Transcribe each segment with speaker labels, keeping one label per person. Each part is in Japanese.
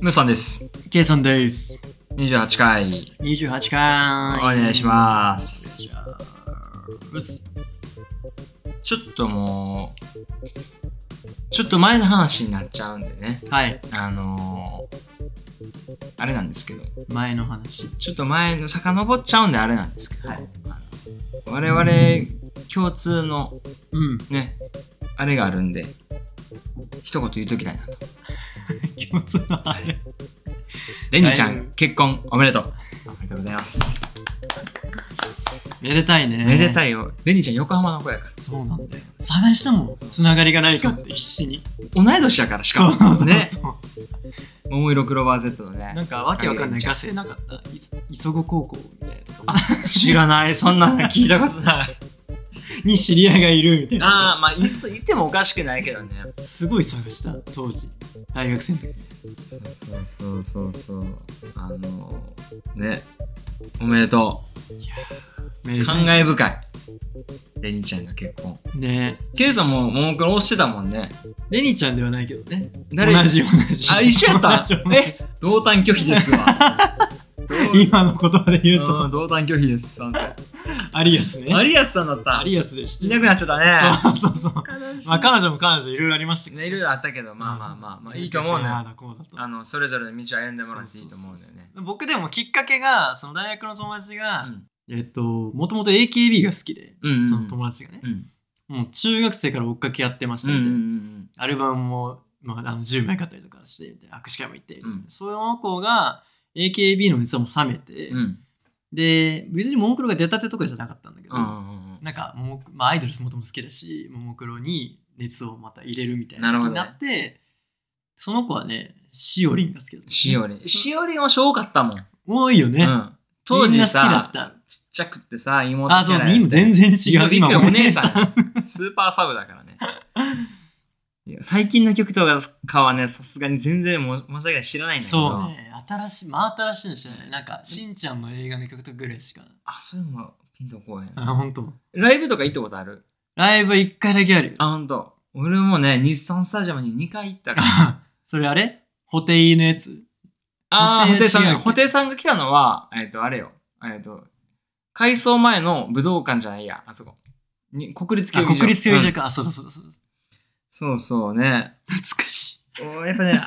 Speaker 1: ムーさんです。
Speaker 2: K さんです。
Speaker 1: 28回、
Speaker 2: 28
Speaker 1: お
Speaker 2: 回。
Speaker 1: 願いしま
Speaker 2: い
Speaker 1: す。
Speaker 2: やーうっす。
Speaker 1: ちょっともう、ちょっと前の話になっちゃうんでね。
Speaker 2: はい、
Speaker 1: あのー、あれなんですけど、
Speaker 2: 前の話。
Speaker 1: ちょっと前の遡っちゃうんであれなんですけど、
Speaker 2: はい
Speaker 1: あの我々共通の
Speaker 2: うん。
Speaker 1: ね、あれがあるんで、一言言うときたいなと。
Speaker 2: 共通のあれ。
Speaker 1: レンジちゃ
Speaker 2: だい
Speaker 1: ん
Speaker 2: ぶ、
Speaker 1: 結婚おめでとう。おめでとうございます。
Speaker 2: めでたいね。
Speaker 1: めでた
Speaker 2: い。
Speaker 1: いよ。レニーちゃん横浜の子やから。
Speaker 2: そうなんだよ。探したもん。つながりがないかって必死に。
Speaker 1: 同い年やからしか
Speaker 2: そう
Speaker 1: も。
Speaker 2: そうそう。
Speaker 1: ね。桃色クローバー Z の
Speaker 2: な
Speaker 1: ね
Speaker 2: ん。かわけわかんない。ガセなかった。い磯子高校みたいなとこ
Speaker 1: 知らない。そんなの聞いたことない。
Speaker 2: に知り合いがいるみたい
Speaker 1: あ
Speaker 2: な。
Speaker 1: あ、まあ、いす、いてもおかしくないけどね。
Speaker 2: すごい探した、当時。大学生の時。
Speaker 1: そうそうそうそうそう。あのね。おめでと
Speaker 2: め
Speaker 1: う。
Speaker 2: でた
Speaker 1: 感慨深い。レニーちゃんが結婚。
Speaker 2: い。ね
Speaker 1: ケイさんもももクロ推してたもんね。
Speaker 2: レニちゃんではないけどね。同
Speaker 1: 誰
Speaker 2: じ同じ。
Speaker 1: あ一緒やった
Speaker 2: 同じ同じ
Speaker 1: え同担拒否 ですわ。
Speaker 2: 今の言葉で言う
Speaker 1: う
Speaker 2: と、
Speaker 1: ん同担拒否です。あんた
Speaker 2: アリアスね。
Speaker 1: アリアスさんだった。
Speaker 2: アリアスでした。
Speaker 1: いなくなっちゃったね。
Speaker 2: そうそうそう。
Speaker 1: 悲しい
Speaker 2: まあ彼女も彼女いろいろありましたけど。
Speaker 1: ね、いろいろあったけど、まあまあまあ、まあ、いいと思うね。
Speaker 2: ああ
Speaker 1: あ
Speaker 2: だこうだと。
Speaker 1: の、それぞれの道を歩んでもらっていいと思うんだよ
Speaker 2: そ
Speaker 1: ね
Speaker 2: そ。そ僕でもきっかけが、その大学の友達
Speaker 1: う
Speaker 2: が、
Speaker 1: ん
Speaker 2: えっと、もともと AKB が好きで、
Speaker 1: うんうん。
Speaker 2: その友達がね、
Speaker 1: うん。
Speaker 2: もう中学生から追っかけやってま
Speaker 1: う
Speaker 2: し
Speaker 1: ん
Speaker 2: た
Speaker 1: う
Speaker 2: み
Speaker 1: んう
Speaker 2: たいな。
Speaker 1: ん
Speaker 2: アルバムも、まあ、あの10枚買ったりとかして、みたいな握手会も行ってみたいな、
Speaker 1: うん
Speaker 2: そういうの子が AKB の熱はもう冷めて、
Speaker 1: うん。うん。
Speaker 2: で、別にももクロが出たてとかじゃなかったんだけど、
Speaker 1: うんうん
Speaker 2: なんかもも、まあ、アイドルもともと好きだし、ももクロに熱をまた入れるみたい
Speaker 1: な
Speaker 2: な
Speaker 1: るほど
Speaker 2: になって、その子はね、しおりんが好きだった、
Speaker 1: うん。しおりん。しおりんはしょ多かったもん。
Speaker 2: 多いよね。
Speaker 1: うん。当時
Speaker 2: みんな好
Speaker 1: さ
Speaker 2: き、だっ
Speaker 1: ちっちゃくってさ、妹
Speaker 2: た。あ、そう、
Speaker 1: キャラや
Speaker 2: 今全然違う。
Speaker 1: びっくり
Speaker 2: 今
Speaker 1: お姉 さん。スーパーサブだからね。いや最近の曲とかはね、さすがに全然も申し訳ない知らないんだけど。
Speaker 2: そうね、新しい、真新しいの知らない。なんか、しんちゃんの映画の曲とぐらいしか。
Speaker 1: あ、それもピンとこうへん。
Speaker 2: あ、ほんと。
Speaker 1: ライブとか行ったことある
Speaker 2: ライブは一回だけあるよ。
Speaker 1: あ、ほんと。俺もね、日産スタジアムに2回行ったから。
Speaker 2: それあれホテイのやつ
Speaker 1: ああ、ホ
Speaker 2: 布
Speaker 1: テ
Speaker 2: 袋
Speaker 1: イさん
Speaker 2: 違う
Speaker 1: が、
Speaker 2: っけ
Speaker 1: ホテイさんが来たのは、えっ、と、あれよ。えっ、と、改装前の武道館じゃないや、あそこ。に国立競
Speaker 2: あ
Speaker 1: 技場。
Speaker 2: 国立競技
Speaker 1: う
Speaker 2: 場
Speaker 1: ん
Speaker 2: か。あ、そうだそうだそうだ。
Speaker 1: そうそうね。
Speaker 2: 懐かし
Speaker 1: やっぱ ね、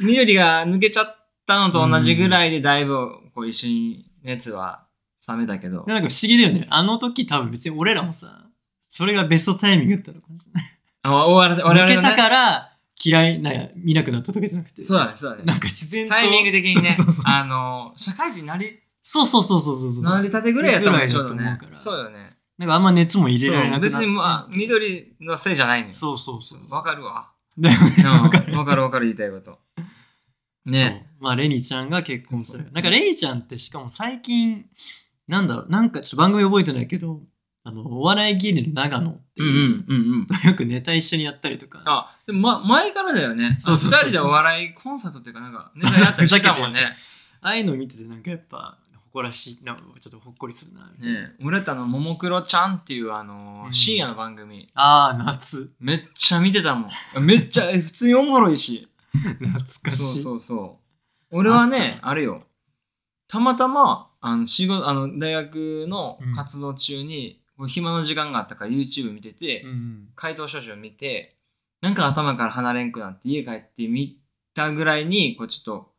Speaker 1: 緑が抜けちゃったのと同じぐらいで、だいぶ、こう、一緒に熱は冷めたけど
Speaker 2: い。。なんか不思議だよね。あの時多分別に俺らもさ、それがベストタイミングだったのかもしれない。
Speaker 1: あ、我々我々
Speaker 2: 抜
Speaker 1: の
Speaker 2: け
Speaker 1: ね
Speaker 2: たから嫌いなんや見なくなったとかじゃなくて
Speaker 1: そうだね、そうだ
Speaker 2: な
Speaker 1: ね
Speaker 2: ん。か自然と
Speaker 1: タイミング的にね、
Speaker 2: そうそうそう
Speaker 1: あの、社会人になり、
Speaker 2: そうそうそうそうそうそう
Speaker 1: なりたてぐらいやったも
Speaker 2: ぐら
Speaker 1: ん、
Speaker 2: い
Speaker 1: ちょ
Speaker 2: だ
Speaker 1: う
Speaker 2: と
Speaker 1: ど
Speaker 2: 思うから
Speaker 1: ね。そうよね。
Speaker 2: なんかあんま熱も入れられな
Speaker 1: そう
Speaker 2: くなっ
Speaker 1: 別
Speaker 2: て
Speaker 1: に、まあ、緑のせいじゃないのよ。
Speaker 2: そうそうそう
Speaker 1: わかるわ。
Speaker 2: だよね
Speaker 1: わ
Speaker 2: わ
Speaker 1: か
Speaker 2: か
Speaker 1: る
Speaker 2: る
Speaker 1: わかる言いたいこと。ね。
Speaker 2: そうまあレニちゃんが結婚する
Speaker 1: そう
Speaker 2: なんかレニちゃんってしかも最近なんだろうなんかちょっと番組覚えてないけどあのお笑い芸人の長野って
Speaker 1: う
Speaker 2: い
Speaker 1: んう
Speaker 2: う、
Speaker 1: んうんうん。
Speaker 2: よくネタ一緒にやったりとか
Speaker 1: あ、でも、ま、前からだよね。
Speaker 2: そうそうそう
Speaker 1: あ二人でお笑いコンサートっていうか、なんか、ネタやったりしてたもんね
Speaker 2: ふ。ああいうの見ててなんかやっぱ誇らしいなんかちょっとほっこりするなみたいな、
Speaker 1: ね俺とあの、ももクロちゃんっていう、あのー
Speaker 2: うん
Speaker 1: 深夜の番組、
Speaker 2: ああ夏
Speaker 1: めっちゃ見てたもん。 めっちゃ、え普通におもろいし。
Speaker 2: 懐かしい
Speaker 1: そうそうそう。俺はね、あれよ。たまたま、あの、仕事、あの、大学の活動中に、こう暇の時間があったから YouTube 見てて、
Speaker 2: うん
Speaker 1: 怪盗少女を見て、なんか頭から離れんくなって家帰ってみたぐらいに、こうちょっと、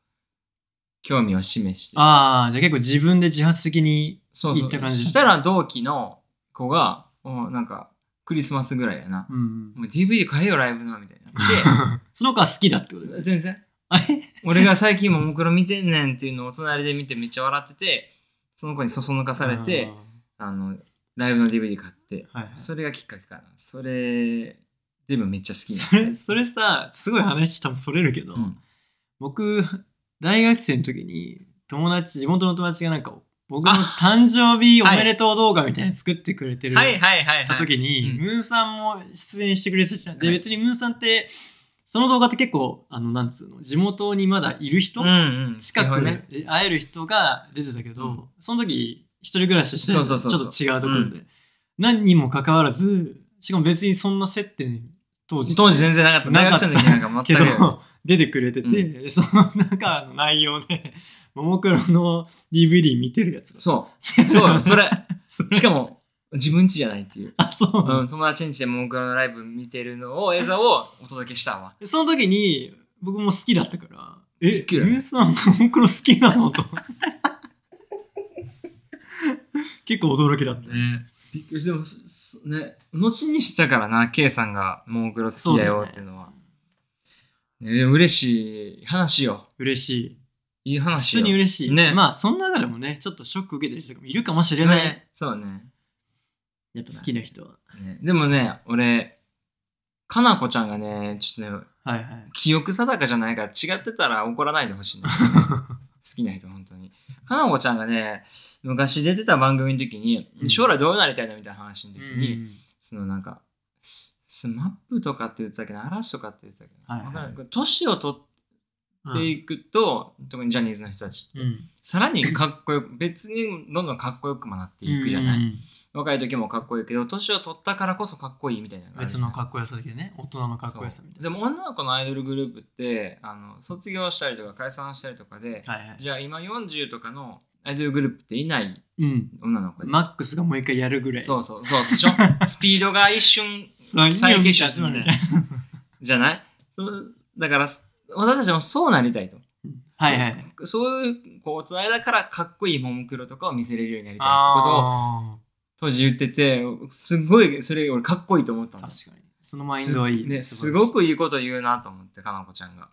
Speaker 1: 興味を示して。
Speaker 2: ああ、じゃあ結構自分で自発的に。
Speaker 1: そうそう
Speaker 2: 行った感じ
Speaker 1: したら同期の子が、おなんか、クリスマスぐらいやな。
Speaker 2: うん。
Speaker 1: もう DVD 買えよ、ライブの、みたいになっ
Speaker 2: その子は好きだってことだよ
Speaker 1: て、
Speaker 2: ね
Speaker 1: 全然。
Speaker 2: あ れ
Speaker 1: 俺が最近ももクロ見てんねんっていうのを隣で見てめっちゃ笑ってて、その子にそそのかされて、あの、ライブの DVD 買って、
Speaker 2: あーはいはい。
Speaker 1: それがきっかけかな。それ、でもめっちゃ好き
Speaker 2: そ
Speaker 1: になっ
Speaker 2: れ、それさ、すごい話多分それるけど、
Speaker 1: た。うん
Speaker 2: 僕、大学生の時に、友達、地元の友達がなんか、僕の誕生日お
Speaker 1: はい
Speaker 2: めでとう動画みたいに作ってくれてる、
Speaker 1: はいはいはい
Speaker 2: た
Speaker 1: はい。
Speaker 2: 時に、
Speaker 1: うん
Speaker 2: ムーンさんも出演してくれてたじゃん。で、
Speaker 1: はい
Speaker 2: 別にムーンさんって、その動画って結構、あの、なんつうの、地元にまだいる人、
Speaker 1: うんうん、
Speaker 2: 近
Speaker 1: 基
Speaker 2: く
Speaker 1: 本
Speaker 2: で。会える人が出てたけど、
Speaker 1: うん
Speaker 2: その時一人暮らしをしてる
Speaker 1: そうそうそうそう
Speaker 2: ちょっと違うところで、何にもかかわらずしかも別にそんな接点当時
Speaker 1: 当時全然なかった。大
Speaker 2: なか
Speaker 1: 学
Speaker 2: った
Speaker 1: 生の時なんか全
Speaker 2: け
Speaker 1: く。
Speaker 2: ど出てくれてて、でその中の内容で、ももクロの DVD 見てるやつだ。
Speaker 1: そう。そうよ、そ れ。しかも、自分家じゃないっていう。
Speaker 2: あ、そうなの
Speaker 1: うん、友達ん家でももクロのライブ見てるのを、映像をお届けしたわ。
Speaker 2: その時に、僕も好きだったから、
Speaker 1: え、
Speaker 2: ユースさん、ももクロ好きなのと思って。結構驚きだった。
Speaker 1: ねびっくりでもそそね後に知ったからな K さんがももクロ好きだよっていうのはねでも嬉しい話よ
Speaker 2: 嬉しい。
Speaker 1: いい
Speaker 2: 普
Speaker 1: 話
Speaker 2: 通
Speaker 1: よ
Speaker 2: に嬉しい。
Speaker 1: ね
Speaker 2: まあ、その中でもね、ちょっとショック受けてる人もいるかもしれない。
Speaker 1: ねそうね
Speaker 2: やっぱ好きな人は。
Speaker 1: ねでもね俺かなこちゃんがねちょっとね
Speaker 2: はいはい。
Speaker 1: 記憶定かじゃないから違ってたら怒らないでほし いね好きな人本当にかなこちゃんがね昔出てた番組の時に
Speaker 2: うん
Speaker 1: 将来どうなりたいのみたいな話の時に、
Speaker 2: うん
Speaker 1: そのなんか、スマップとかって言ってたけど、嵐とかって言ってたけど、
Speaker 2: はいはい
Speaker 1: わかんない年を取っていくと、特にジャニーズの人たち、
Speaker 2: うん
Speaker 1: さらにかっこよく、別にどんどんかっこよくもなっていくじゃない。若い時もかっこいいけど、年を取ったからこそかっこいいみたいなのがある
Speaker 2: 別のかっこよさだけどね大人のかっこよさみたい
Speaker 1: でも女の子のアイドルグループって、あの卒業したりとか解散したりとかで、
Speaker 2: なはいはい
Speaker 1: じゃあ今40とかのアイドルグループっていない
Speaker 2: うん
Speaker 1: 女の子で。
Speaker 2: マックスがもう一回やるぐらい
Speaker 1: そうそうそうでし ょスピードが一瞬
Speaker 2: そう
Speaker 1: 再
Speaker 2: いいよ
Speaker 1: 結集する
Speaker 2: み
Speaker 1: み
Speaker 2: た
Speaker 1: たい
Speaker 2: い
Speaker 1: なじゃないそうだから私たちもそうなりたいと。
Speaker 2: なはいはい
Speaker 1: そうそういうこう大人だからかっこいいももクロとかを見せれるようになりたいってことを
Speaker 2: あ
Speaker 1: 当時言っててすごいそれ俺かっこいいと思った
Speaker 2: あ
Speaker 1: んです
Speaker 2: 確かにそのマインドはいい
Speaker 1: ね、
Speaker 2: 素
Speaker 1: す
Speaker 2: 晴らしい
Speaker 1: ごくいいこと言うなと思ってかなこちゃんが。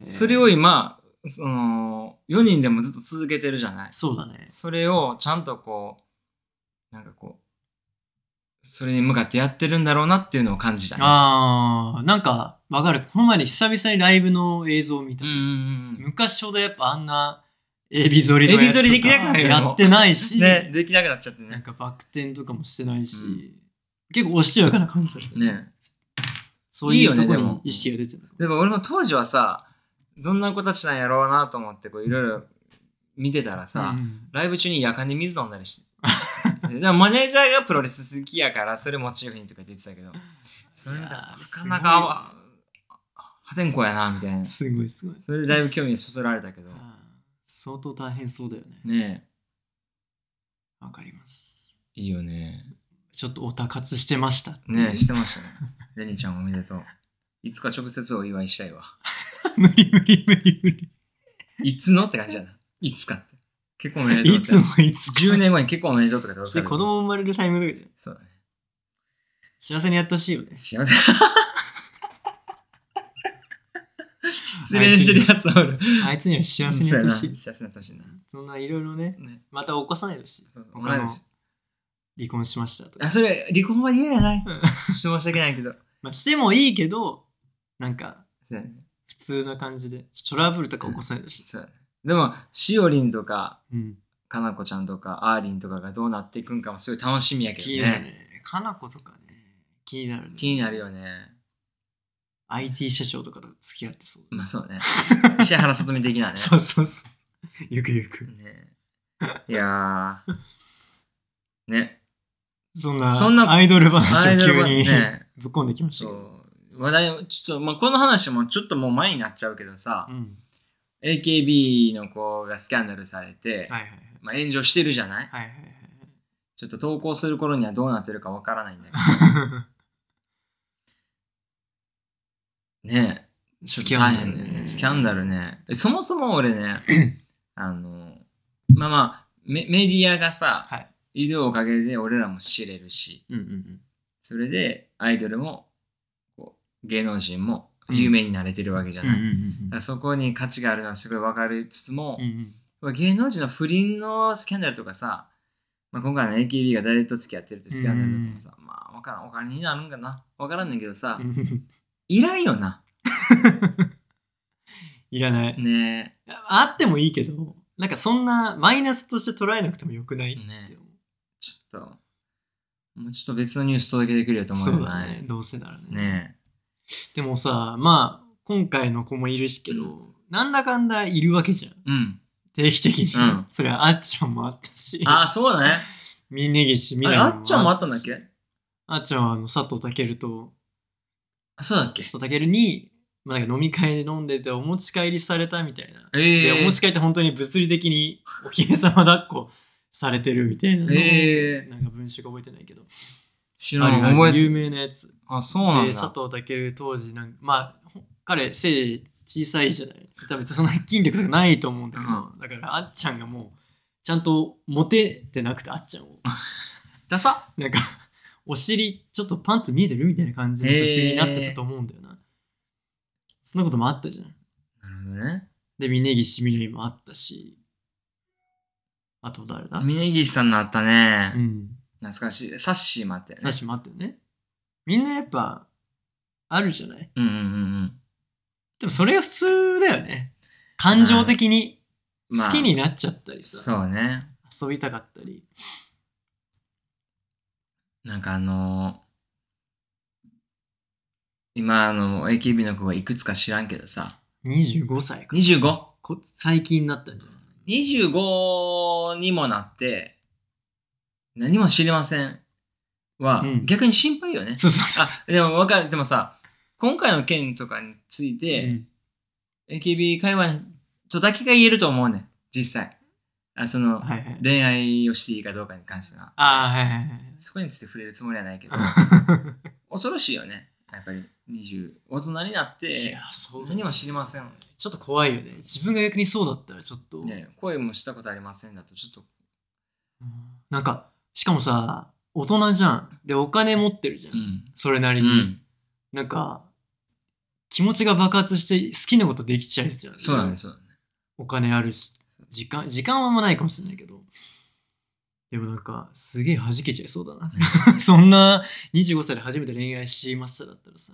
Speaker 2: えー
Speaker 1: それを今その4人でもずっと続けてるじゃない。
Speaker 2: そうだね
Speaker 1: それをちゃんとこうなんかこうそれに向かってやってるんだろうなっていうのを感じたね、
Speaker 2: ああなんかわかるこの前に久々にライブの映像を見た
Speaker 1: うんうんうん
Speaker 2: 昔ほどやっぱあんなエビ反りのやつ
Speaker 1: エビ反りで
Speaker 2: と
Speaker 1: きなくな
Speaker 2: か
Speaker 1: るよ
Speaker 2: やってないし
Speaker 1: ね、できなくなっちゃって
Speaker 2: なん
Speaker 1: ね。
Speaker 2: かバク転とかもしてないし
Speaker 1: うん
Speaker 2: 結構おしとやかな感じだった
Speaker 1: ね
Speaker 2: そういうと
Speaker 1: いいよね
Speaker 2: こ
Speaker 1: で
Speaker 2: に
Speaker 1: も
Speaker 2: 意識が出てた
Speaker 1: でも俺も当時はさ、どんな子たちなんやろうなと思って、こういろいろ見てたらさ、
Speaker 2: うん
Speaker 1: ライブ中に夜間に水飲んだりして。でもマネージャーがプロレス好きやから、それモチーフにとか言ってたけど、それ見たら
Speaker 2: いやー
Speaker 1: なかなか破天荒やな、みたいな。
Speaker 2: すごいすごい
Speaker 1: それでだいぶ興味そそられたけど。
Speaker 2: 相当大変そうだよね。
Speaker 1: ね
Speaker 2: わかります。
Speaker 1: え、いいよね。
Speaker 2: ちょっとオタ活してました。
Speaker 1: ねえ、してましたね。 レニちゃんおめでとう。いつか直接お祝いしたいわ。
Speaker 2: 無理無理無理無理。
Speaker 1: いつのって感じだな。いつかって。結婚おめでとう
Speaker 2: い
Speaker 1: って
Speaker 2: つもいつか。
Speaker 1: 10年後に結婚おめでとうとかどう
Speaker 2: で子供生まれるタイミングだけど
Speaker 1: そうだね。
Speaker 2: 幸せにやってほしいよね。
Speaker 1: 幸せ。 失恋してるやつおる。
Speaker 2: あいつには幸せに
Speaker 1: そ
Speaker 2: やっ
Speaker 1: うや
Speaker 2: てほ
Speaker 1: な
Speaker 2: しい。
Speaker 1: 幸せになってほしいな。
Speaker 2: そんないろいろね、
Speaker 1: ね。
Speaker 2: また起こさないでほしい。
Speaker 1: そうそう
Speaker 2: 他
Speaker 1: 同
Speaker 2: の
Speaker 1: い年
Speaker 2: 離婚しましたとか
Speaker 1: あ、。それ、離婚は嫌やない。ちょ
Speaker 2: う
Speaker 1: っ
Speaker 2: ん
Speaker 1: と申し訳ないけど。
Speaker 2: まあ、してもいいけど、なんか
Speaker 1: そうやね
Speaker 2: 普通な感じで、トラブルとか起こさないでほしい。
Speaker 1: そうやねでも、しおりんとか、
Speaker 2: うん。
Speaker 1: かなこちゃんとか、あーりんとかがどうなっていくんかもすごい楽しみやけ
Speaker 2: 気に
Speaker 1: ど
Speaker 2: なる
Speaker 1: ね。
Speaker 2: ね。かなことかね。気になるね。
Speaker 1: 気になるよね。
Speaker 2: IT 社長とかと付き合ってそう。
Speaker 1: まあ そうね。石原さとみ的 なね。
Speaker 2: そうそうそう。ゆくゆく。
Speaker 1: ねえいやー。ね。
Speaker 2: そんな、
Speaker 1: そんな
Speaker 2: アイドル話
Speaker 1: アイ
Speaker 2: を
Speaker 1: ドル
Speaker 2: 急
Speaker 1: は
Speaker 2: に、
Speaker 1: ね、
Speaker 2: ぶっこんできました
Speaker 1: そ
Speaker 2: けど。
Speaker 1: う。話題を、ちょっと、まあ、この話もちょっともう前になっちゃうけどさ、
Speaker 2: ん。
Speaker 1: AKB の子がスキャンダルされて、
Speaker 2: はいはいはい。
Speaker 1: まあ、炎上してるじゃない
Speaker 2: はいはい
Speaker 1: ちょっと投稿する頃にはどうなってるかわからないんだけ
Speaker 2: は
Speaker 1: ど。ねえ。
Speaker 2: い。
Speaker 1: ちょっ
Speaker 2: スキ
Speaker 1: と
Speaker 2: ャ
Speaker 1: 大変
Speaker 2: ンダル
Speaker 1: だよね。
Speaker 2: ね。
Speaker 1: スキャンダルね。えそもそも俺ね、あの、まあまあ、メメディアがさ、
Speaker 2: はい。
Speaker 1: いるおかげで俺らも知れるし、
Speaker 2: うんうんうん。
Speaker 1: それでアイドルもこう芸能人も
Speaker 2: うん
Speaker 1: 有名になれてるわけじゃ
Speaker 2: うん
Speaker 1: ない。
Speaker 2: う
Speaker 1: だ
Speaker 2: ん
Speaker 1: からそこに価値があるのはすごいわかりつつも
Speaker 2: うんう、ん
Speaker 1: 芸能人の不倫のスキャンダルとかさ、まあ、今回の AKB が誰と付き合ってるってスキャンダルとかもさ、まあわからんお金になるんかなわからんねんけどさ、
Speaker 2: うんうん。
Speaker 1: いらんよない
Speaker 2: らない。
Speaker 1: ね
Speaker 2: あってもいいけど、なんかそんなマイナスとして捉えなくてもよくない
Speaker 1: え
Speaker 2: って
Speaker 1: ねえ
Speaker 2: 思う
Speaker 1: ちょっともうちょっと別のニュース届けてくれよと思う
Speaker 2: そう
Speaker 1: よ
Speaker 2: だね
Speaker 1: ね。
Speaker 2: どうせならね。
Speaker 1: ね
Speaker 2: でもさ、まあ、今回の子もいるしけど、
Speaker 1: う
Speaker 2: なんだかんだいるわけじゃん。
Speaker 1: えうん
Speaker 2: 定期的に。
Speaker 1: うん
Speaker 2: それはあっちゃんもあったし。
Speaker 1: ああそうだね
Speaker 2: みねぎしみ
Speaker 1: あ
Speaker 2: な
Speaker 1: れ
Speaker 2: ぎ
Speaker 1: あっちゃんもあったんだっけ
Speaker 2: あっちゃんはあの佐藤健と
Speaker 1: あそうだっけ
Speaker 2: 佐藤健にまあ、なんか飲み会で飲んでてお持ち帰りされたみたいな。
Speaker 1: え
Speaker 2: で、お持ち帰りって本当に物理的にお姫様抱っこされてるみたいなのを
Speaker 1: え
Speaker 2: なんか文集が覚えてないけど。
Speaker 1: 知
Speaker 2: あ
Speaker 1: ら
Speaker 2: る
Speaker 1: ん、覚え
Speaker 2: 有
Speaker 1: て
Speaker 2: 名なやつ。
Speaker 1: あ、そうなん
Speaker 2: で
Speaker 1: だ。
Speaker 2: 佐藤健当時なんかまあほ彼背小さいじゃない多分そんな筋力とかないと思うんだけど、
Speaker 1: う
Speaker 2: だからあっちゃんがもうちゃんとモテてなくてあっちゃんを
Speaker 1: ダサ
Speaker 2: なんかお尻ちょっとパンツ見えてるみたいな感じの写真になってたと思うんだよな、そんなこともあったじゃん
Speaker 1: なるほどね。
Speaker 2: で峯岸みのりもあったしあと誰だ
Speaker 1: 峯岸さんのあった
Speaker 2: う
Speaker 1: ね。
Speaker 2: ん
Speaker 1: 懐かしい。サッシーもあったよ
Speaker 2: さ
Speaker 1: ね
Speaker 2: っ。しもあったよねみんなやっぱあるじゃない
Speaker 1: うんうんうん
Speaker 2: でもそれが普通だよね。感情的に
Speaker 1: うん。まあ
Speaker 2: 好きになっちゃったりさ、
Speaker 1: そうね。
Speaker 2: 遊びたかったり。
Speaker 1: なんかあのー今あの AKB の子がいくつか知らんけどさ
Speaker 2: 25歳か。
Speaker 1: 2525
Speaker 2: こ最近になったんじゃない
Speaker 1: にもなって何も知りませんは、
Speaker 2: うん
Speaker 1: 逆に心配よね
Speaker 2: そうそうそう。
Speaker 1: あでもわかるでもさ今回の件とかについうて、
Speaker 2: ん
Speaker 1: AKB 会話とだけが言えると思うねん実際あその、
Speaker 2: はいはい。
Speaker 1: 恋愛をしていいかどうかに関しては
Speaker 2: ああ、はいはいはい
Speaker 1: そこについて触れるつもりはない けど恐ろしいよねやっぱり20大人になっ。
Speaker 2: い
Speaker 1: て
Speaker 2: や、そうだね
Speaker 1: 何も知りません
Speaker 2: ちょっと怖いよね。自分が逆にそうだったらちょっと。
Speaker 1: ね声もしたことありませんだとちょっ
Speaker 2: うんなんか、しかもさ、大人じゃん。で、お金持ってるじゃん。
Speaker 1: とうん
Speaker 2: それな
Speaker 1: う
Speaker 2: りに。
Speaker 1: ん
Speaker 2: なんか、気持ちが爆発して好きなことできちゃうじゃん。
Speaker 1: そうだねそうだね
Speaker 2: お金あるし時間時間はあんまないかもしれないけどでもなんかすげえ弾けちゃいそうだな そんな25歳で初めて恋愛しましただったらさ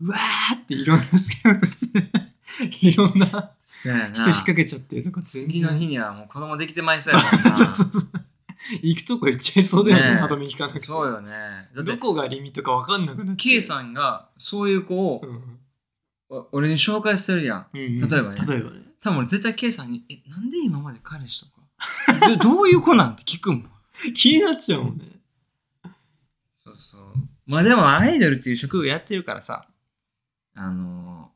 Speaker 2: うわーっていろんな好きなことしていろんな
Speaker 1: そうやな
Speaker 2: 人引っ掛けちゃってとか全然
Speaker 1: 次の日にはもう子供できてまいそう
Speaker 2: そ
Speaker 1: やも
Speaker 2: う
Speaker 1: んな
Speaker 2: そうそうそう 行くとこ行っちゃいそうだよね
Speaker 1: ねえ
Speaker 2: 歯止め引かなくて
Speaker 1: そうよねだっ
Speaker 2: ど
Speaker 1: て
Speaker 2: こがリミットか分かんなくなっちゃう
Speaker 1: K さんがそういう子を
Speaker 2: うん
Speaker 1: お俺に紹介してるやん
Speaker 2: うんうん
Speaker 1: 例えばね
Speaker 2: 例えばね
Speaker 1: 多分俺絶対 K さんに「えなんで今まで彼氏とかどどういう子なん?」て聞くもん
Speaker 2: 気になっちゃうもんね
Speaker 1: そうそう。まあでもアイドルっていう職業やってるからさ、あの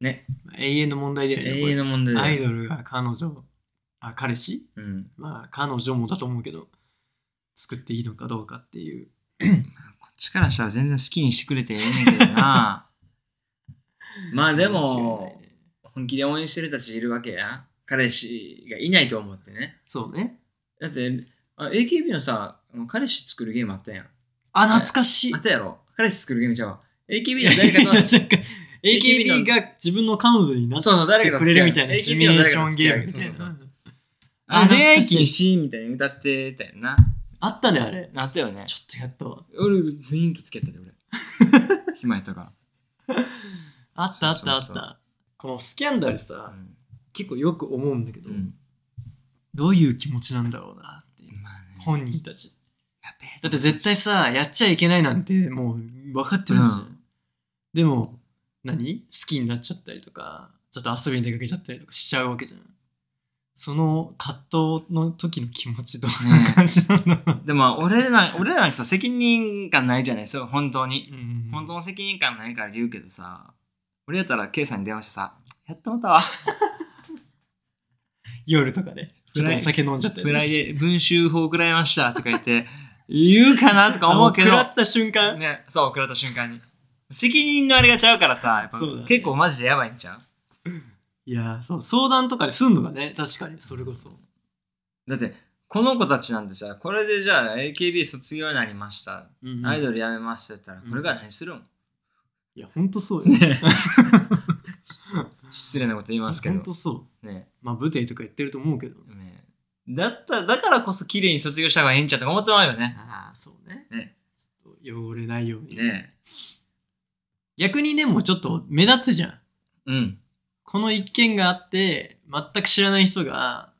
Speaker 1: ー、ね、
Speaker 2: 永遠の問題だよねこれ
Speaker 1: 永遠の問題
Speaker 2: ア
Speaker 1: だ
Speaker 2: イ
Speaker 1: よ。
Speaker 2: ドルが彼女あ彼氏
Speaker 1: うん。
Speaker 2: まあ彼女もだと思うけど作っていいのかどうかっていう
Speaker 1: こっちからしたら全然好きにしてくれてええねんけど な。まあで
Speaker 2: 間違い
Speaker 1: も
Speaker 2: ない、ね
Speaker 1: 本気で応援してる人たちいるわけや。彼氏がいないと思ってね。
Speaker 2: そうね
Speaker 1: だって、あ AKB のさ、あの彼氏作るゲームあったやん。
Speaker 2: あ懐かしい
Speaker 1: あったやろ彼氏作るゲームちゃうわ。AKB の誰か と、そう AKB
Speaker 2: AKB が自分の彼女になっ
Speaker 1: そう、誰
Speaker 2: て
Speaker 1: かと
Speaker 2: く
Speaker 1: 付
Speaker 2: れ
Speaker 1: き合う
Speaker 2: るみたいなシミュレーションゲームみた
Speaker 1: そうそう
Speaker 2: い
Speaker 1: そう
Speaker 2: な
Speaker 1: あ、
Speaker 2: あ
Speaker 1: 恋
Speaker 2: 恋
Speaker 1: 愛
Speaker 2: 愛
Speaker 1: 禁
Speaker 2: 禁
Speaker 1: 止みたいに歌ってたよな。
Speaker 2: あったねあれ
Speaker 1: あったよね
Speaker 2: ちょっとやったわ
Speaker 1: 俺、全員と付き合ったで、俺。暇やったか
Speaker 2: あったあったあった
Speaker 1: そうそうそ
Speaker 2: このスキャンダル
Speaker 1: ら。
Speaker 2: さ
Speaker 1: ん。
Speaker 2: 結構よく思うんだけど、どういう気持ちなんだろうなっていう
Speaker 1: まあね。
Speaker 2: 本人たちだって絶対さやっちゃいけないなんてもう分かってるじゃん、
Speaker 1: うん
Speaker 2: でも何好きになっちゃったりとかちょっと遊びに出かけちゃったりとかしちゃうわけじゃんその葛藤の時の気持ちどんな感じなの、
Speaker 1: でも俺ら、俺らにさ、責任感ないじゃない、そう、本当に。
Speaker 2: うん
Speaker 1: 本当の責任感ないから言うけどさ、俺やったら、ケイさんに電話してさ、やってもった わ。
Speaker 2: 夜とかでちょっとお酒飲んじゃったり
Speaker 1: フ
Speaker 2: とか
Speaker 1: ライで 文集法食らいましたとか言って、言うかなとか
Speaker 2: あ
Speaker 1: 思
Speaker 2: も
Speaker 1: う
Speaker 2: う
Speaker 1: け
Speaker 2: 食
Speaker 1: ど
Speaker 2: ら、った瞬間、
Speaker 1: ね、そう、食らった瞬間に。責任のあれがちゃうからさ、やっぱ
Speaker 2: そうだね
Speaker 1: 結構マジでやばいんちゃう
Speaker 2: いやーそう相談とかですんのがね確かにそれこそ
Speaker 1: だってこの子たちなんてさこれでじゃあ AKB 卒業になりました、アイド
Speaker 2: ル
Speaker 1: ル辞めましたって言ったらこれから何するん、
Speaker 2: いや本当そうよ、ね、
Speaker 1: 失礼なこと言いますけど
Speaker 2: 本当そう
Speaker 1: ね
Speaker 2: まあ舞台とか言ってると思うけど
Speaker 1: ねだっただからこそ綺麗に卒業した方がええんちゃうとか思ってまうよね
Speaker 2: ああそうね
Speaker 1: ね
Speaker 2: ちょっと汚れないように
Speaker 1: ね
Speaker 2: 逆にでもちょっと目立つじゃん
Speaker 1: うん
Speaker 2: この一件があって全く知らない人が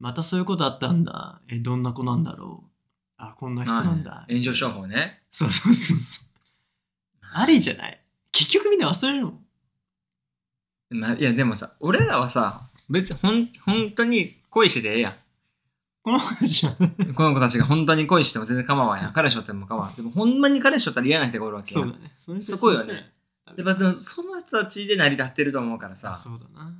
Speaker 2: またそういうことあったんだえどんな子なんだろうあこんな人なんだ
Speaker 1: まあ炎上商法ね
Speaker 2: そうそうそうそうありじゃない結局みんな忘れるもん
Speaker 1: まあいやでもさ俺らはさ別にほん本当に恋しててええやん
Speaker 2: この子た ちはね
Speaker 1: この子たちが本当に恋しても全然構わんやん彼氏おっても構わんでもほんまに彼氏おったら嫌な人がおるわけ
Speaker 2: そ
Speaker 1: や
Speaker 2: うんだねその人
Speaker 1: そこよねやっぱでもその人たちで成り立ってると思うからさ。
Speaker 2: そうだな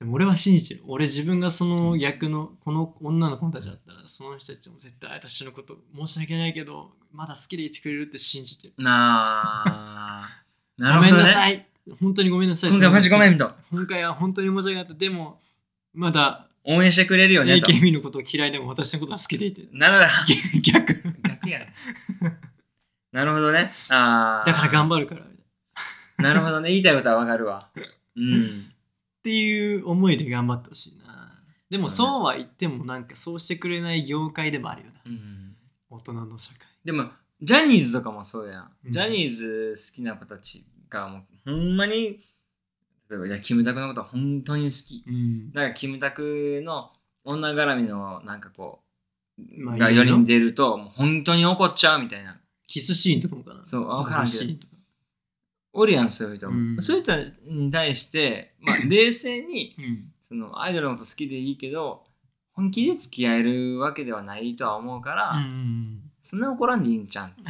Speaker 2: でも俺は信じてる俺自分がその役のこの女の子たちだったらその人たちも絶対私のこと申し訳ないけどまだ好きでいてくれるって信じてる
Speaker 1: なあ。な
Speaker 2: ご
Speaker 1: る
Speaker 2: め
Speaker 1: ほ
Speaker 2: ん
Speaker 1: ど
Speaker 2: な
Speaker 1: ね。
Speaker 2: さい本当にごめんなさい
Speaker 1: 今回マジごめんと。
Speaker 2: 今回は本当に申し訳なかったでもまだ
Speaker 1: 応援してくれるよねと。
Speaker 2: AKB のことを嫌いでも私のことは好きで いて
Speaker 1: なるほど。
Speaker 2: 逆
Speaker 1: 逆やね。なるほどね。ああ。
Speaker 2: だから頑張るからみたいな
Speaker 1: な
Speaker 2: っ
Speaker 1: るほどね。言いたいことはわかるわ。うん。
Speaker 2: ていう思いで頑張ってほしいなでも
Speaker 1: そうね
Speaker 2: そうは言ってもなんかそうしてくれない業界でもあるよな
Speaker 1: うん、
Speaker 2: 大人の社会
Speaker 1: でも、ジャニーズとかもそうやん。
Speaker 2: うん
Speaker 1: ジャニーズ好きな子たちがもう、ほんまに、例えば、いや、キムタクのこと本当に好き。
Speaker 2: うん
Speaker 1: だから、キムタクの女絡みの、なんかこう、
Speaker 2: まあ
Speaker 1: が
Speaker 2: いいよ
Speaker 1: 4人出ると、もう本当に怒っちゃうみたいな。
Speaker 2: キスシーンとかもかな
Speaker 1: そうわからんけど
Speaker 2: キスシーンとか
Speaker 1: おるやん、そういう人も。
Speaker 2: うん
Speaker 1: そういう人に対して、まあ、冷静に、
Speaker 2: うん
Speaker 1: その、アイドルのこと好きでいいけど、本気で付き合えるわけではないとは思うから、
Speaker 2: うん
Speaker 1: そんな怒らんでいいんちゃうんって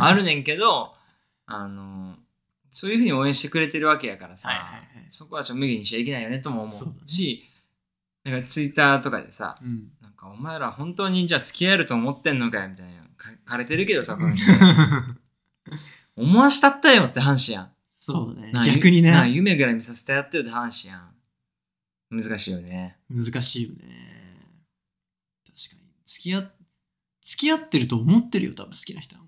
Speaker 1: あるねんけど、 あの、そういうふうに応援してくれてるわけやからさ、
Speaker 2: はいはいはい
Speaker 1: そこはちょっと無限にしちゃいけないよねとも思
Speaker 2: そうだね
Speaker 1: うし、なんかツイッターとかでさ、
Speaker 2: うん
Speaker 1: なんかお前ら本当にじゃあ付き合えると思ってんのかよみたいな、か枯れてるけどさ、この人 思わしたったよって話やん。
Speaker 2: そうだね
Speaker 1: な
Speaker 2: 逆に
Speaker 1: な
Speaker 2: ね
Speaker 1: 夢ぐらい見させてやってよって話やん。難しいよね。
Speaker 2: 難しいよね確かに付き合付き合ってると思ってるよ多分好きな人は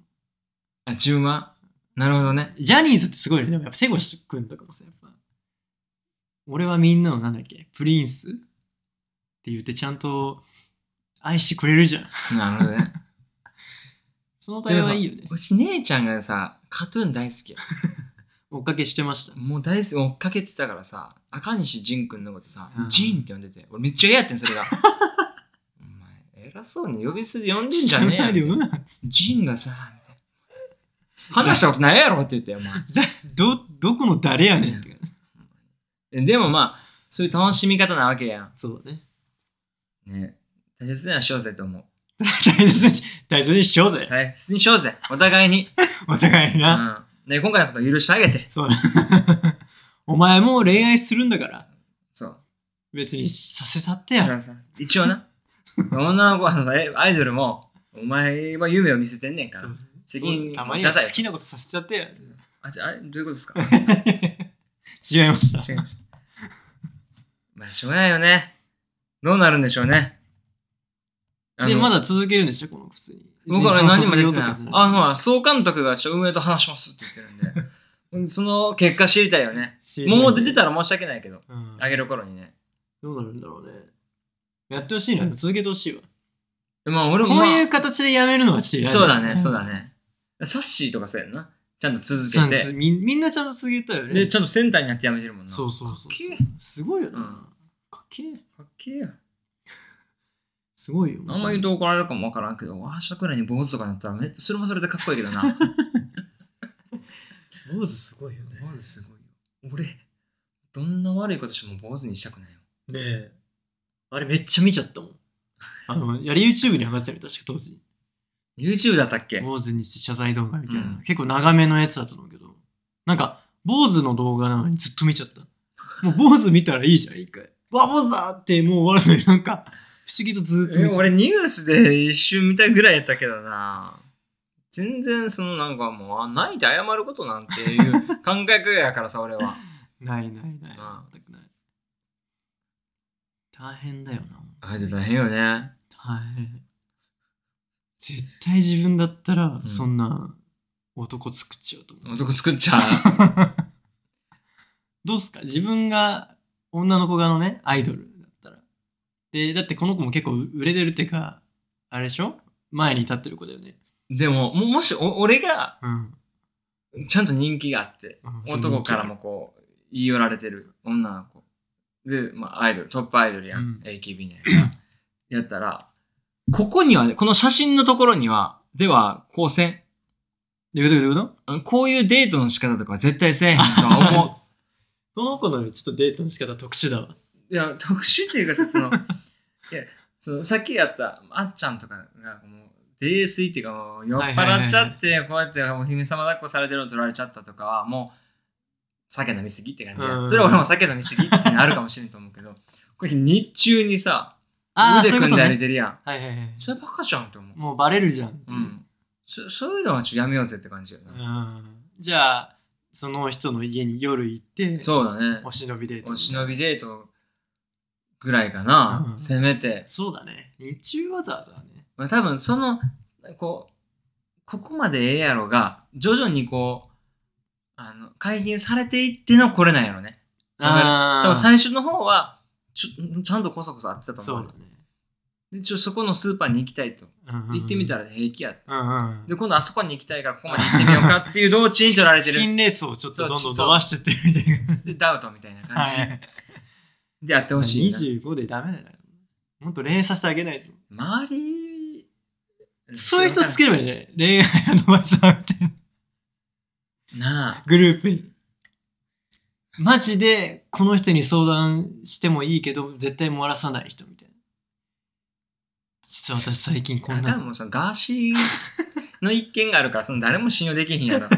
Speaker 1: あ、10万なるほどね。
Speaker 2: ジャニーズってすごいよね。でもやっぱ手越くんとかもさ、やっぱ。俺はみんなのなんだっけ、プリンスって言ってちゃんと愛してくれるじゃん。
Speaker 1: なるほどね。
Speaker 2: その対応はいいよね。
Speaker 1: うち姉ちゃんがさ、カトゥーン大好きや
Speaker 2: 追っかけしてました。
Speaker 1: もう大好き、追っかけてたからさ、赤西仁くんのことさ
Speaker 2: う、ん
Speaker 1: 仁、って呼んでて、俺めっちゃ嫌やってん、それ が。お前、偉そうに呼び捨てで呼んでんじゃね
Speaker 2: 知らない
Speaker 1: え
Speaker 2: で
Speaker 1: よ
Speaker 2: よ。な
Speaker 1: 仁がさ、みたいな話したことないやろって言って、お
Speaker 2: だ ど、どこの誰やねんって感じ。
Speaker 1: 前。でもまあ、そういう楽しみ方なわけや
Speaker 2: そうだね。
Speaker 1: ん。ね。大切にはしようぜと思う。
Speaker 2: 大切に、大切にしようぜ。
Speaker 1: 大切にしようぜ、お互いに。
Speaker 2: お互い に
Speaker 1: う
Speaker 2: な。
Speaker 1: ん。で、今回のこと許してあげて。
Speaker 2: そう だ。お前も恋愛するんだから、
Speaker 1: そう。
Speaker 2: 別にさせたってや。
Speaker 1: 一応な。女の子はあのえアイドルも、お前は夢を見せてんねんから。
Speaker 2: そう
Speaker 1: 責任
Speaker 2: たまに
Speaker 1: 持
Speaker 2: は
Speaker 1: ちなさい
Speaker 2: 好きなことさせちゃってや。
Speaker 1: あ、ちょあれどういうことですか
Speaker 2: 違いました。
Speaker 1: 違いましたまあ、しょうがないよね。どうなるんでしょうね。あの
Speaker 2: で、まだ続けるんでしょ、この普通に。
Speaker 1: 僕はね何もできてない。あ、
Speaker 2: あ、
Speaker 1: まあ、総監督がちょっと運営と話しますって言ってるんでうん、その結果知りたいよね。 もう出てたら申し訳ないけど、
Speaker 2: うん。
Speaker 1: あげる頃にね。
Speaker 2: どうなるんだろうね。やってほしいな、続けてほしいわ。
Speaker 1: まあ、俺も、
Speaker 2: こ
Speaker 1: ま
Speaker 2: う
Speaker 1: あ、
Speaker 2: いう形でやめるのは知らない。
Speaker 1: そうだね、そうだ。ね。サッシーとかそうやんな。ちゃんと続
Speaker 2: さん
Speaker 1: け
Speaker 2: つ
Speaker 1: て。
Speaker 2: みみんなちゃんと続けたよね。
Speaker 1: で、ちゃんとセンターになってやめてるもんな。
Speaker 2: そうそうそう
Speaker 1: かっけえ
Speaker 2: そう。すごいよ
Speaker 1: う
Speaker 2: な。かっけえ。
Speaker 1: かっけえや。
Speaker 2: すごいよ。
Speaker 1: あんま言うと怒られるかもわからんけど、わーしゃくらいに坊主とかになったらめっそれもそれでかっこいいけど な。
Speaker 2: 坊主すごいよ
Speaker 1: 坊主すごいよ。俺、どんな悪いことしても坊主にしたくないよ。
Speaker 2: ねえ。あれめっちゃ見ちゃったもん。あの、やり YouTube に上がってたよ、確か当時。
Speaker 1: YouTube だったっけ
Speaker 2: 坊主にして謝罪動画みたいな、
Speaker 1: うん
Speaker 2: 結構長めのやつだと思うけどなんか坊主の動画なのにずっと見ちゃったもう坊主見たらいいじゃん一回「わ坊主だ!」ってもう終わるのになんか不思議とずっと
Speaker 1: え
Speaker 2: 見ちゃった
Speaker 1: 俺ニュースで一瞬見たぐらいやったけどな。全然そのなんかもう、あ泣いて謝ることなんていう感覚やからさ、俺 は。
Speaker 2: ないないない
Speaker 1: あ
Speaker 2: 全くない大変だよな
Speaker 1: あれで大変よね。
Speaker 2: 大変絶対自分だったら
Speaker 1: うん
Speaker 2: そんな男作っちゃうと思う、
Speaker 1: 男作っちゃう。
Speaker 2: どうっすか自分が女の子側のね、アイドルだったら。で、だってこの子も結構売れてるっていうか、あれでしょ前に立ってる子だよね。
Speaker 1: でも、ももしお俺が
Speaker 2: うん。
Speaker 1: ちゃんと人気があって、
Speaker 2: うん
Speaker 1: 男からも。こう言い寄られてる女の子で、まあ、アイドルトップアイドルやん、
Speaker 2: うん
Speaker 1: AKB ねやったらここにはねこの写真のところにはではこうせん
Speaker 2: どういうことどういうこと
Speaker 1: あのこういうデートの仕方とかは絶対せえへんとは思
Speaker 2: この子のちょっとデートの仕方特殊だわ。
Speaker 1: ういや 特殊っていうかさそのいやそのさっきやったあっちゃんとかがもう泥酔っていうかもう酔っ払っちゃって、こうやってお姫様抱っこされてるの取られちゃったとかは、もう酒飲みすぎって感じ
Speaker 2: う
Speaker 1: や。
Speaker 2: ん
Speaker 1: それは俺も酒飲みすぎってなるかもしれんと思うけど、これ日中にさ、
Speaker 2: ああ、
Speaker 1: 腕
Speaker 2: そういう
Speaker 1: 組
Speaker 2: こ
Speaker 1: ん
Speaker 2: と
Speaker 1: で歩い
Speaker 2: ね。
Speaker 1: てるやん。
Speaker 2: はいはいはい。
Speaker 1: それバカじゃんって思う。
Speaker 2: もうバレるじゃん。
Speaker 1: うん。そそういうのはちょっとやめようぜって感じよな。
Speaker 2: うん。じゃあ、その人の家に夜行って、
Speaker 1: そうだね
Speaker 2: お。忍びデート。
Speaker 1: お忍びデートぐらいかな、
Speaker 2: うん
Speaker 1: せめて。
Speaker 2: そうだね。日中わざわざね。
Speaker 1: まあ、多分そのこうここまでええやろが徐々にこうあの解禁されていってのこれなんやろねだから
Speaker 2: あ
Speaker 1: 多
Speaker 2: ー
Speaker 1: 分最初の方はちょちゃんとこそこそ会ってたと
Speaker 2: そ
Speaker 1: 思
Speaker 2: う
Speaker 1: う
Speaker 2: だね。
Speaker 1: でちょそこのスーパーに行きたいと行ってみたら平気や
Speaker 2: ら、うんうん、
Speaker 1: で今度あそこに行きたいからここまで行ってみようかっていう道中に取られて
Speaker 2: チキ
Speaker 1: る
Speaker 2: ンレースをちょっとどん
Speaker 1: そ
Speaker 2: ど
Speaker 1: うんそう
Speaker 2: 飛ばしてってみたいな。
Speaker 1: でダウトみたいな感じ
Speaker 2: はい、
Speaker 1: でやってほしいな、
Speaker 2: 25でダメだよ。もっと恋愛させてあげないと。
Speaker 1: 周り
Speaker 2: そういう人つければいいね。恋愛アドバイザーみたいな。
Speaker 1: なあ
Speaker 2: グループに。マジで、この人に相談してもいいけど、絶対漏らさない人みたいな。実は私最近こん
Speaker 1: だから
Speaker 2: な。
Speaker 1: もうそのガーシーの一件があるからその誰も信用できへんやろ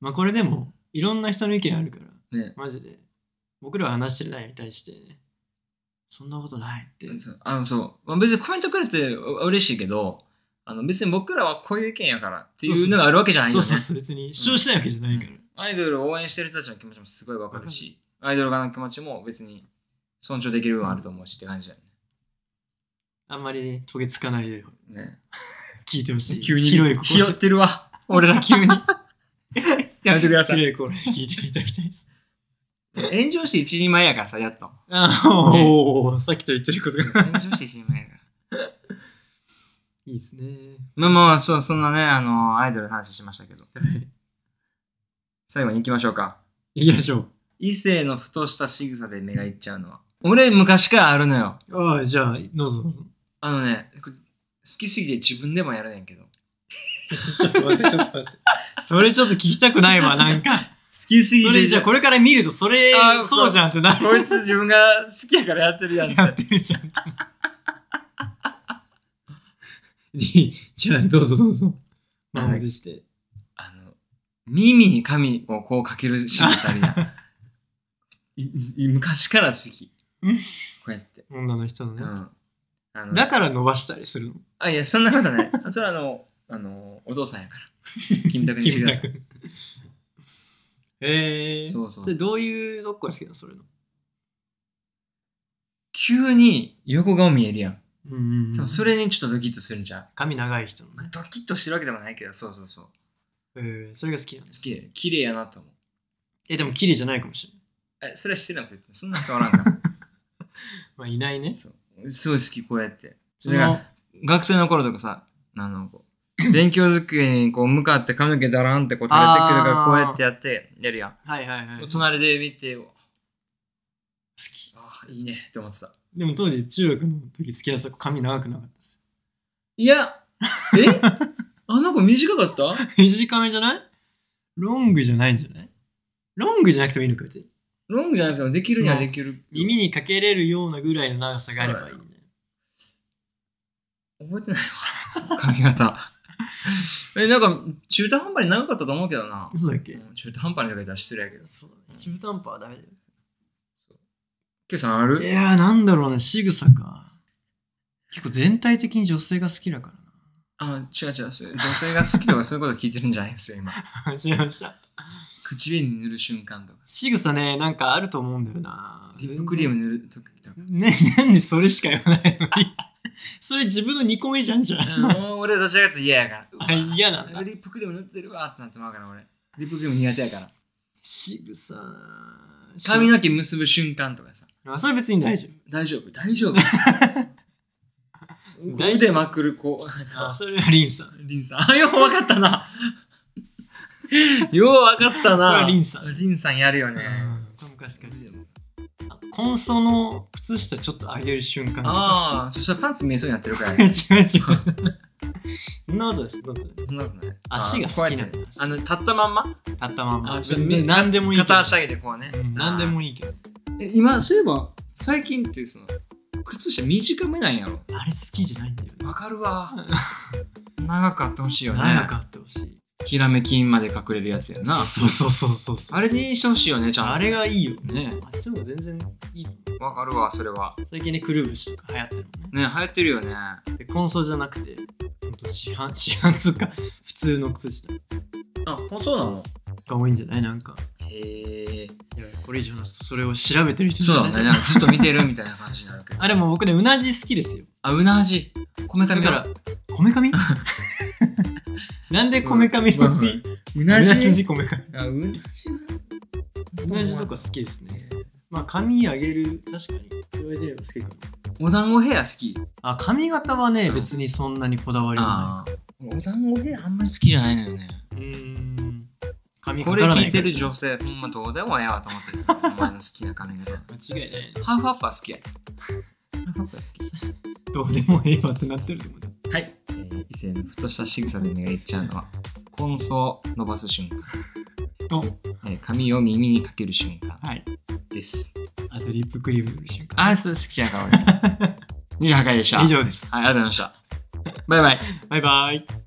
Speaker 2: まあこれでも、いろんな人の意見あるから、
Speaker 1: ね
Speaker 2: マジで。僕らは話してる内容に対してね、そんなことないって。
Speaker 1: そうあのそうまあ別にコメントくれてう嬉しいけどあの別に僕らはこういう意見やからっていうのがあるわけじゃないよ
Speaker 2: そう
Speaker 1: ね
Speaker 2: そうそう、別に主張しないわけじゃないから。
Speaker 1: アイドルを応援してる人たちの気持ちもすごいわかるしアイドル側の気持ちも別に尊重できる部分あると思うしって感じだよ
Speaker 2: あんまりね、とげつかないで
Speaker 1: ねね
Speaker 2: 聞いてほしい。
Speaker 1: 急に
Speaker 2: 広い
Speaker 1: ひよ
Speaker 2: 心
Speaker 1: っ
Speaker 2: で。
Speaker 1: てるわ俺ら 急に やめてください
Speaker 2: 広い心で聞いていただきたいです。
Speaker 1: 炎上して一人前やからさや っと
Speaker 2: あーおー、さっきと言ってることが。
Speaker 1: 炎上して一人前やから
Speaker 2: いいですね。
Speaker 1: まあまあそうそんなねあのアイドルの話しましたけど
Speaker 2: はい
Speaker 1: 最後に行きましょうか
Speaker 2: 行きましょ
Speaker 1: 異性のふとした仕草で目がいっちゃうのは俺昔からあるのよ
Speaker 2: う。ああ、じゃあ、どうぞどうぞ。
Speaker 1: あのねこれ好きすぎて自分でもやるねんけど好
Speaker 2: ちょっと待って、ちょっと待って。それちょっと聞きたく ないわ、なんか。
Speaker 1: きすぎて
Speaker 2: それじゃあ、これから見ると、それ
Speaker 1: あー、
Speaker 2: そうじゃんってな る。
Speaker 1: こいつ自分が好きやからやってるやんって
Speaker 2: やってる じゃんって。いいじゃあ、どうぞどうぞ。
Speaker 1: はい
Speaker 2: 満を持して。
Speaker 1: あの耳に髪をこうかける仕草あるやん いい昔から好き
Speaker 2: うん
Speaker 1: こうやって
Speaker 2: 女の人の
Speaker 1: う
Speaker 2: ね。
Speaker 1: んあの
Speaker 2: だから伸ばしたりするの。
Speaker 1: あいやそんなことない それはあのあのお父さんやから キムタクにしてく ださい
Speaker 2: 君だけえー。
Speaker 1: そうそう
Speaker 2: で、どういうとこが好きなのそれの。
Speaker 1: 急に横顔見えるやん
Speaker 2: うん
Speaker 1: でもそれにちょっとドキッとするんじゃん
Speaker 2: 髪長い人の
Speaker 1: まあ
Speaker 2: ね。
Speaker 1: ドキッとしてるわけでもないけど、そうそうそう。好
Speaker 2: えー、それが好きなの。
Speaker 1: きで、綺麗やなと思う。
Speaker 2: え、でも綺麗じゃないかもしれない。
Speaker 1: え、それは失礼なこと言ってない、そんな変わらんから。
Speaker 2: まあ、いないね。
Speaker 1: そうすごい好き、こうやって。
Speaker 2: そ
Speaker 1: だから
Speaker 2: の、
Speaker 1: 学生の頃とかさ、あの、こ う勉強机にこう向かって髪の毛だらんってこう垂れてくるから
Speaker 2: あー
Speaker 1: こうやってやってやるやん。
Speaker 2: はいはいはい。好
Speaker 1: 隣で見て、
Speaker 2: き。
Speaker 1: ああ、いいねって思ってた。
Speaker 2: でも当時中学の時付き合ってた子髪長くなかったです
Speaker 1: いや、 えあの子短かった
Speaker 2: よ。 短めじゃないロングじゃないんじゃないロングじゃなくてもいいのか、別に。
Speaker 1: ロングじゃなくてもできるにはできる。
Speaker 2: 耳にかけれるようなぐらいの長さがあればいいね。
Speaker 1: 覚えてないわ。髪型。え、なんか中途半端に長かったと思うけどな。
Speaker 2: そうだっけ
Speaker 1: うん中途半端にかけたら失礼やけど。
Speaker 2: そうだね。中途半端はダメだよ。
Speaker 1: ケイさんあ
Speaker 2: い
Speaker 1: る
Speaker 2: やー、なんだろうね、仕草か。結構全体的に女性が好きだか
Speaker 1: あ、違う違う。そう女性が好きとかそういうこと聞いてるんじゃないですよ、 今。
Speaker 2: らな。違いました。
Speaker 1: 唇に塗る瞬間とか。
Speaker 2: 仕草ね、なんかあると思うんだよな。
Speaker 1: リップクリーム塗るときとか。
Speaker 2: ね、なんでそれしか言わないのにそれ自分の2個目じゃんじゃん。
Speaker 1: うんもう俺どちらかというと嫌やから。うわ
Speaker 2: あ嫌なんだ。
Speaker 1: リップクリーム塗ってるわってなってまうから、俺。リップクリーム苦手やから。
Speaker 2: 仕草
Speaker 1: 髪の毛結ぶ瞬間とかさ。
Speaker 2: あそれ別に大丈
Speaker 1: 大丈夫、大 丈夫。
Speaker 2: 大丈夫
Speaker 1: 腕まくる、こう、なん
Speaker 2: 夫。あ
Speaker 1: か、
Speaker 2: それはリンさん。
Speaker 1: リンさん。あ、よう分かった な。よう分かった
Speaker 2: これ
Speaker 1: な。
Speaker 2: はリンさん
Speaker 1: リンさんやるよね。
Speaker 2: うん、昔からですあコンソの靴下ちょっと上げる瞬間
Speaker 1: ああ、そしたらパンツ見えそうになってるから
Speaker 2: あ。違う違う。そんなことです。そんなことです
Speaker 1: そんなことない
Speaker 2: 足が好きな
Speaker 1: あ
Speaker 2: ん
Speaker 1: こう
Speaker 2: だ
Speaker 1: やってあの、立ったまんま
Speaker 2: 立ったまんま。
Speaker 1: あ
Speaker 2: 別に何でもいいけど。
Speaker 1: 片足上げてこうね
Speaker 2: う。ん何でもいいけど。
Speaker 1: え今、そういえば、最近ってその、靴下短めなんやろ。
Speaker 2: あれ好きじゃないんだよね。
Speaker 1: わかるわ。 長くあってほしいよね。
Speaker 2: 長くあってほしい。
Speaker 1: ひらめきまで隠れるやつやな。
Speaker 2: そうそうそうそうそう。
Speaker 1: あれにしてほしいよね、ちゃんと。
Speaker 2: あれがいいよ。
Speaker 1: ね。
Speaker 2: あっちの方が全然いいの。
Speaker 1: わかるわ、それは。
Speaker 2: 最近ね、くるぶしとか流行ってるもんね。
Speaker 1: ね、流行ってるよね。
Speaker 2: で、コンソールじゃなくて、ほんと市販、 市販つうか、普通の靴下
Speaker 1: あ、そうなの
Speaker 2: が多いんじゃないなんか。
Speaker 1: へえ。
Speaker 2: いや、これ以上なそれを調べてる人
Speaker 1: そうだ
Speaker 2: じゃ
Speaker 1: ね。
Speaker 2: な
Speaker 1: ないんかずっと見てるみたいな感じになるけど。
Speaker 2: あれも僕ね、うなじ好きですよ。
Speaker 1: あ、うなじ。こめか
Speaker 2: だ
Speaker 1: み
Speaker 2: か
Speaker 1: から
Speaker 2: ら。、こめかみ なんでこめかみのつい、
Speaker 1: う
Speaker 2: う
Speaker 1: な
Speaker 2: な
Speaker 1: じ。
Speaker 2: じこめかみ。
Speaker 1: あ、うなじ。
Speaker 2: うなじとか好きですね。まあ、髪あげる、確かに。言われてれば好きかも。
Speaker 1: お団子ヘア好き。
Speaker 2: あ、髪型はね、
Speaker 1: うん
Speaker 2: 別にそんなにこだわりは
Speaker 1: ああ。お団子ヘアあんまり好きじゃないのよね。
Speaker 2: ない。うーん。髪
Speaker 1: こ
Speaker 2: か
Speaker 1: れ
Speaker 2: からない
Speaker 1: 聞いてる女性、ほんまどうでもええわと思ってる。お前の好きな髪型。
Speaker 2: 間違いない。
Speaker 1: ハーフアッパー好きや。ハーフアッパー好き。
Speaker 2: どうでもいいわってなってると思う。
Speaker 1: はい、えー、異性のふとした仕草で目がいっちゃうのは根層を伸ばす瞬間、
Speaker 2: と、
Speaker 1: えー髪を耳にかける瞬間
Speaker 2: はい。
Speaker 1: です
Speaker 2: あとリップクリームの瞬間。
Speaker 1: あれそれ好きじゃんから俺28回でした
Speaker 2: 以上です。
Speaker 1: はいありがとうございましたバイバイ
Speaker 2: バイバイ。